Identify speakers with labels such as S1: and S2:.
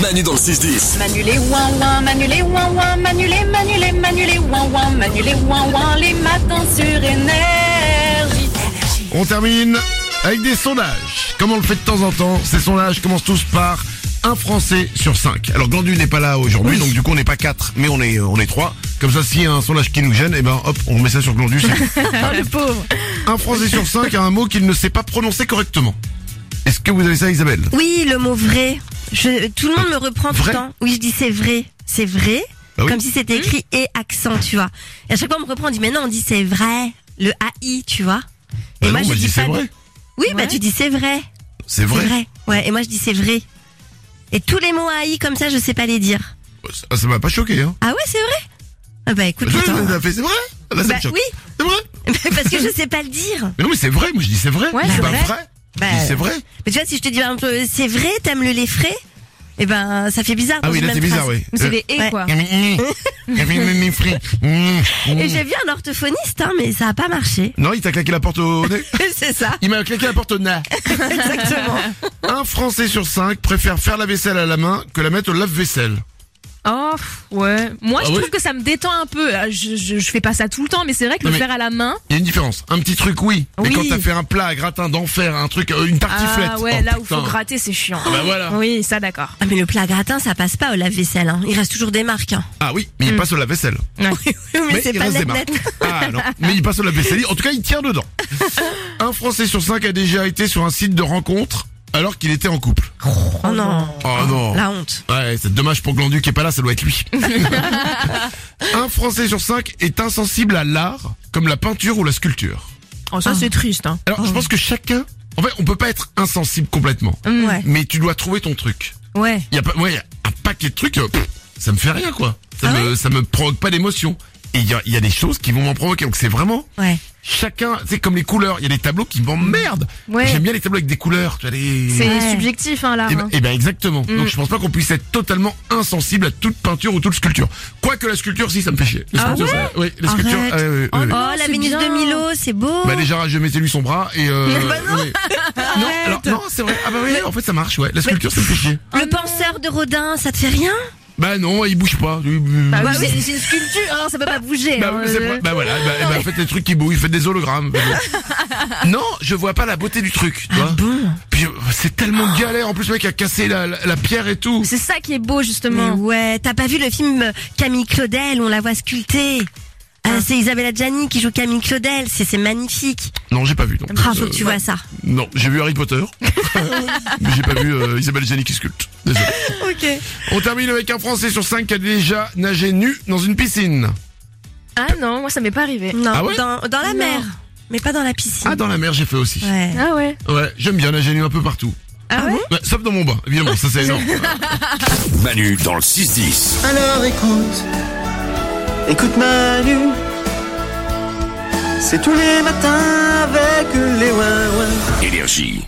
S1: Manu dans le 6-10.
S2: Manu les ouin ouin, Manu les ouin ouin, Manu les Manu les Manu les ouin ouin, Manu les ouin ouin, les matins sur énergie.
S3: On termine avec des sondages. Comme on le fait de temps en temps, ces sondages commencent tous par un Français sur cinq. Alors Glandu n'est pas là aujourd'hui, donc du coup on n'est pas quatre, mais on est euh, on est trois. Comme ça, s'il y a un sondage qui nous gêne, eh ben hop, on met ça sur Glandu. c'est bon.
S4: le pauvre.
S3: un Français sur cinq a un mot qu'il ne sait pas prononcer correctement. Est-ce que vous avez ça, Isabelle
S4: Oui, le mot vrai. Je, tout le monde me reprend tout
S3: Vrai
S4: le temps. Oui, je dis c'est vrai. C'est vrai.
S3: Ah oui.
S4: Comme si c'était écrit et accent, tu vois. Et à chaque fois, on me reprend, on dit, mais non, on dit c'est vrai. Le AI, tu vois. Et
S3: Bah non, moi, je dis c'est
S4: pas-
S3: vrai.
S4: Oui, bah
S5: Ouais.
S4: tu dis c'est vrai.
S3: C'est
S4: C'est
S3: vrai.
S4: vrai. Ouais, et moi, je dis c'est vrai. Et tous les mots AI comme ça, je sais pas les dire.
S3: Oh, Ça- Ça m'a pas choqué. Hein.
S4: Ah ouais, c'est vrai Ah bah écoute,
S3: Tu vois,
S4: attends.
S3: elle a fait, C'est vrai Ah, Là, ça
S4: Bah
S3: me choque.
S4: oui,
S3: C'est vrai
S4: parce que je sais pas le dire.
S3: Mais non, mais c'est vrai. Moi, je dis c'est vrai.
S5: Ouais,
S3: Je dis
S5: c'est
S3: pas
S5: vrai.
S4: Bah,
S3: Je dis c'est vrai.
S4: Mais tu vois, si je te dis un peu, c'est vrai, t'aimes le lait frais Eh ben, ça fait bizarre.
S3: Ah
S4: dans
S3: oui,
S4: une
S3: là,
S4: même
S3: c'est bizarre, Euh,
S4: phrase.
S3: oui.
S5: C'est des et
S4: ouais.
S5: quoi.
S4: Et j'ai vu un orthophoniste, hein, mais ça a pas marché.
S3: Non, il t'a claqué la porte au nez.
S4: C'est ça,
S3: Il m'a claqué la porte au nez.
S4: exactement.
S3: Un Français sur cinq préfère faire la vaisselle à la main que la mettre au lave-vaisselle.
S5: Oh, pff, ouais. Moi,
S3: Ah
S5: je
S3: oui
S5: trouve que ça me détend un peu. Ah, Je, je, je fais pas ça tout le temps, mais c'est vrai que
S3: Non,
S5: le
S3: mais-
S5: faire à la main.
S3: Il y a une différence. Un petit truc, oui. Mais
S5: Oui.
S3: quand t'as fait un plat à gratin d'enfer, un truc, euh, une tartiflette.
S5: Ah ouais,
S3: oh,
S5: là où
S3: putain.
S5: faut gratter, c'est chiant.
S3: Ah bah voilà.
S5: Oui, ça d'accord.
S4: Ah, mais le plat à gratin, ça passe pas au lave-vaisselle. Hein. Il reste toujours des marques. Hein.
S3: Ah oui, mais il passe au lave-vaisselle.
S4: Oui, mais,
S3: Mais
S4: c'est
S3: il
S4: pas
S3: reste des
S4: net,
S3: marques.
S4: net.
S3: Ah non, mais il passe au lave-vaisselle. En tout cas, il tient dedans. Un Français sur cinq a déjà été sur un site de rencontre alors qu'il était en couple.
S4: Oh non,
S3: Oh non.
S4: la honte.
S3: Ouais, c'est dommage pour Glandu qui est pas là, ça doit être lui. un Français sur cinq est insensible à l'art, comme la peinture ou la sculpture.
S5: Oh, ça c'est triste. Hein.
S3: Alors, je pense que chacun, en fait, on peut pas être insensible complètement,
S5: Mm.
S4: Ouais,
S3: mais tu dois trouver ton truc.
S4: Mm. ouais.
S3: Il y a pas, moi, y a un paquet de trucs, euh, pff, ça me fait rien, quoi. Ça
S4: Ah
S3: me, ça me provoque pas d'émotion. Et il y a, y a des choses qui vont m'en provoquer. Donc c'est vraiment
S4: Ouais.
S3: chacun, c'est comme les couleurs. Il y a des tableaux qui m'emmerdent.
S5: Ouais.
S3: J'aime bien les tableaux avec des couleurs. Tu as des...
S5: C'est
S4: Ouais.
S5: subjectif hein, là.
S3: Eh ben, eh ben, exactement. Donc je pense pas qu'on puisse être totalement insensible à toute peinture ou toute sculpture. Quoique la sculpture, si ça me fait chier. La
S5: Ah
S3: sculpture, ça- oui, la sculpture.
S4: Arrête.
S3: ah, oui, oui,
S5: Oh,
S3: oui.
S4: Oh,
S5: non,
S4: la
S5: c'est
S4: Vénus
S5: bien.
S4: de Milo, c'est beau.
S3: Bah déjà, je mettais lui son bras et euh, oui. non, alors, non, c'est vrai. Ah bah oui, en fait ça marche, ouais. La sculpture, ça me fait chier.
S4: le penseur de Rodin, ça te fait rien
S3: Bah non, il bouge pas. Bah,
S5: Bah oui, c'est- c'est une sculpture, hein, ça peut pas bouger.
S3: Bah,
S5: hein,
S3: oui, c'est
S5: euh,
S3: vrai. Bah voilà, bah, bah, faites des trucs qui bougent, faites des hologrammes. Bah, bon. non, je vois pas la beauté du truc, tu vois.
S4: Ah Bon.
S3: Puis, euh, c'est tellement galère, en plus le mec a cassé la, la, la pierre et tout.
S5: C'est ça qui est beau
S4: Mais
S5: justement.
S4: ouais, t'as pas vu le film euh, Camille Claudel, on la voit sculptée. Euh, c'est Isabella Gianni qui joue Camille Claudel, c'est c'est magnifique.
S3: Non, j'ai pas vu. Non,
S4: Ah, faut
S3: Euh,
S4: que tu vois ça.
S3: non j'ai vu Harry Potter, mais j'ai pas vu euh, Isabelle Gianni qui sculpte. Désolé.
S4: Ok.
S3: On termine avec un Français sur cinq qui a déjà nagé nu dans une piscine.
S5: Ah non, moi ça m'est pas arrivé.
S4: Non,
S3: Ah ouais
S4: dans, dans la
S5: Non.
S4: mer, mais pas dans la piscine.
S3: Ah, dans la mer, j'ai fait aussi.
S4: Ouais.
S5: Ah ouais.
S3: Ouais, j'aime bien nager nu un peu partout.
S5: Ah, ouais.
S3: Ouais, sauf dans mon bain, évidemment, ça c'est énorme.
S1: Manu dans le 6-10.
S6: Alors écoute, écoute Manu, c'est tous les matins avec les ouin-ouin.
S1: Énergie.